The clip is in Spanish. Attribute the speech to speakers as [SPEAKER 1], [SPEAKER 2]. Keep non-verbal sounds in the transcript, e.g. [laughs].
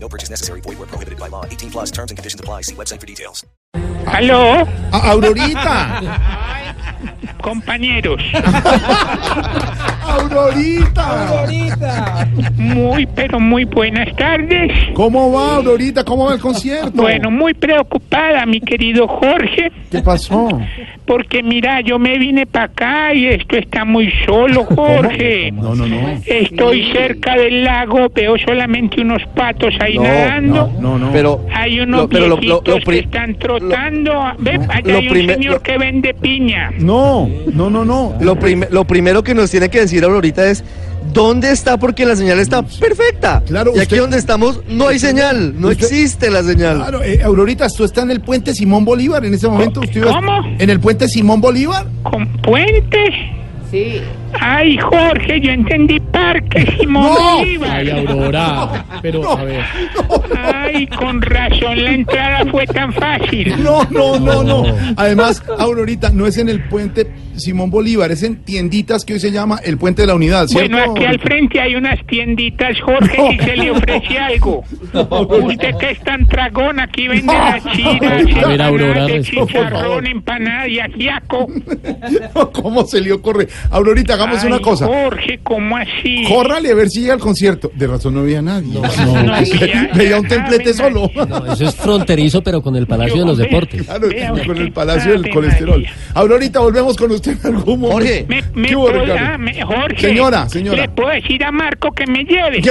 [SPEAKER 1] No purchase necessary. Void where prohibited by law. 18 plus terms and conditions apply. See website for details.
[SPEAKER 2] ¿Aló?
[SPEAKER 3] A- Aurorita,
[SPEAKER 2] Compañeros,
[SPEAKER 3] Aurorita,
[SPEAKER 2] muy pero muy buenas tardes.
[SPEAKER 3] ¿cómo va Aurorita? ¿Cómo va el concierto?
[SPEAKER 2] Bueno, muy preocupada, mi querido Jorge,
[SPEAKER 3] ¿qué pasó?
[SPEAKER 2] porque mira, yo me vine para acá y esto está muy solo, Jorge.
[SPEAKER 3] No, no, no.
[SPEAKER 2] Estoy cerca del lago, veo solamente unos patos ahí nadando.
[SPEAKER 3] No, no.
[SPEAKER 4] Pero,
[SPEAKER 2] Hay unos
[SPEAKER 4] lo- pero lo- lo-
[SPEAKER 2] viejitos
[SPEAKER 4] lo pri-
[SPEAKER 2] que están trotando. Ve, allá
[SPEAKER 4] lo
[SPEAKER 2] hay un
[SPEAKER 4] primer-
[SPEAKER 2] señor
[SPEAKER 4] lo-
[SPEAKER 2] que vende piña.
[SPEAKER 3] no, no, no, no.
[SPEAKER 4] Lo, prim- lo primero que nos tiene que decir ahorita es dónde está porque la señal está perfecta.
[SPEAKER 3] Claro,
[SPEAKER 4] y aquí
[SPEAKER 3] usted-
[SPEAKER 4] donde estamos no hay señal, no
[SPEAKER 3] usted-
[SPEAKER 4] existe la señal.
[SPEAKER 3] Claro, eh, Aurorita, tú estás en el puente Simón Bolívar en ese momento. ¿Usted iba-
[SPEAKER 2] ¿Cómo?
[SPEAKER 3] ¿En el puente Simón Bolívar?
[SPEAKER 2] ¿Con puentes?
[SPEAKER 5] Sí.
[SPEAKER 2] Ay, Jorge, yo entendí
[SPEAKER 4] [laughs]
[SPEAKER 2] parque, Simón
[SPEAKER 3] No.
[SPEAKER 2] Bolívar.
[SPEAKER 6] Ay, Aurora, pero a ver,
[SPEAKER 2] Ay, con razón la entrada fue tan fácil.
[SPEAKER 3] No, no, no, no. Además, Aurorita, no es en el puente Simón Bolívar, es en tienditas que hoy se llama el puente de la unidad, ¿cierto?
[SPEAKER 2] Bueno, aquí al frente hay unas tienditas, Jorge, si se le ofrece algo. Usted que es tan tragón, aquí vende las chinas,
[SPEAKER 6] A ver, Aurora,
[SPEAKER 2] empanadas de
[SPEAKER 6] responda, por
[SPEAKER 2] chicharrón,
[SPEAKER 3] favor.
[SPEAKER 2] empanada y ajiaco.
[SPEAKER 3] [laughs] ¿Cómo se le ocurre? Aurorita, hagamos una
[SPEAKER 2] Ay,
[SPEAKER 3] cosa.
[SPEAKER 2] Jorge, ¿cómo así?
[SPEAKER 3] Córrale a ver si llega al concierto. De razón no había nadie. [laughs]
[SPEAKER 2] no, ya,
[SPEAKER 3] Veía un
[SPEAKER 2] ya,
[SPEAKER 3] templete
[SPEAKER 2] me
[SPEAKER 3] solo.
[SPEAKER 6] eso es fronterizo, pero con el Palacio de los
[SPEAKER 2] Yo, ve,
[SPEAKER 6] Deportes.
[SPEAKER 3] [laughs] Claro,
[SPEAKER 2] Vea
[SPEAKER 3] con
[SPEAKER 2] usted,
[SPEAKER 3] el Palacio del
[SPEAKER 2] Ave
[SPEAKER 3] Colesterol.
[SPEAKER 2] María.
[SPEAKER 3] Aurorita, volvemos con usted en algún momento.
[SPEAKER 4] Jorge,
[SPEAKER 2] Me- me
[SPEAKER 3] ¿Qué hubo,
[SPEAKER 2] puedo-
[SPEAKER 3] Ricardo?
[SPEAKER 2] ah, me- Jorge,
[SPEAKER 3] Señora,
[SPEAKER 2] [laughs]
[SPEAKER 3] señora.
[SPEAKER 2] ¿Le puedo decir a Marco que me lleve?
[SPEAKER 3] ¿Qué-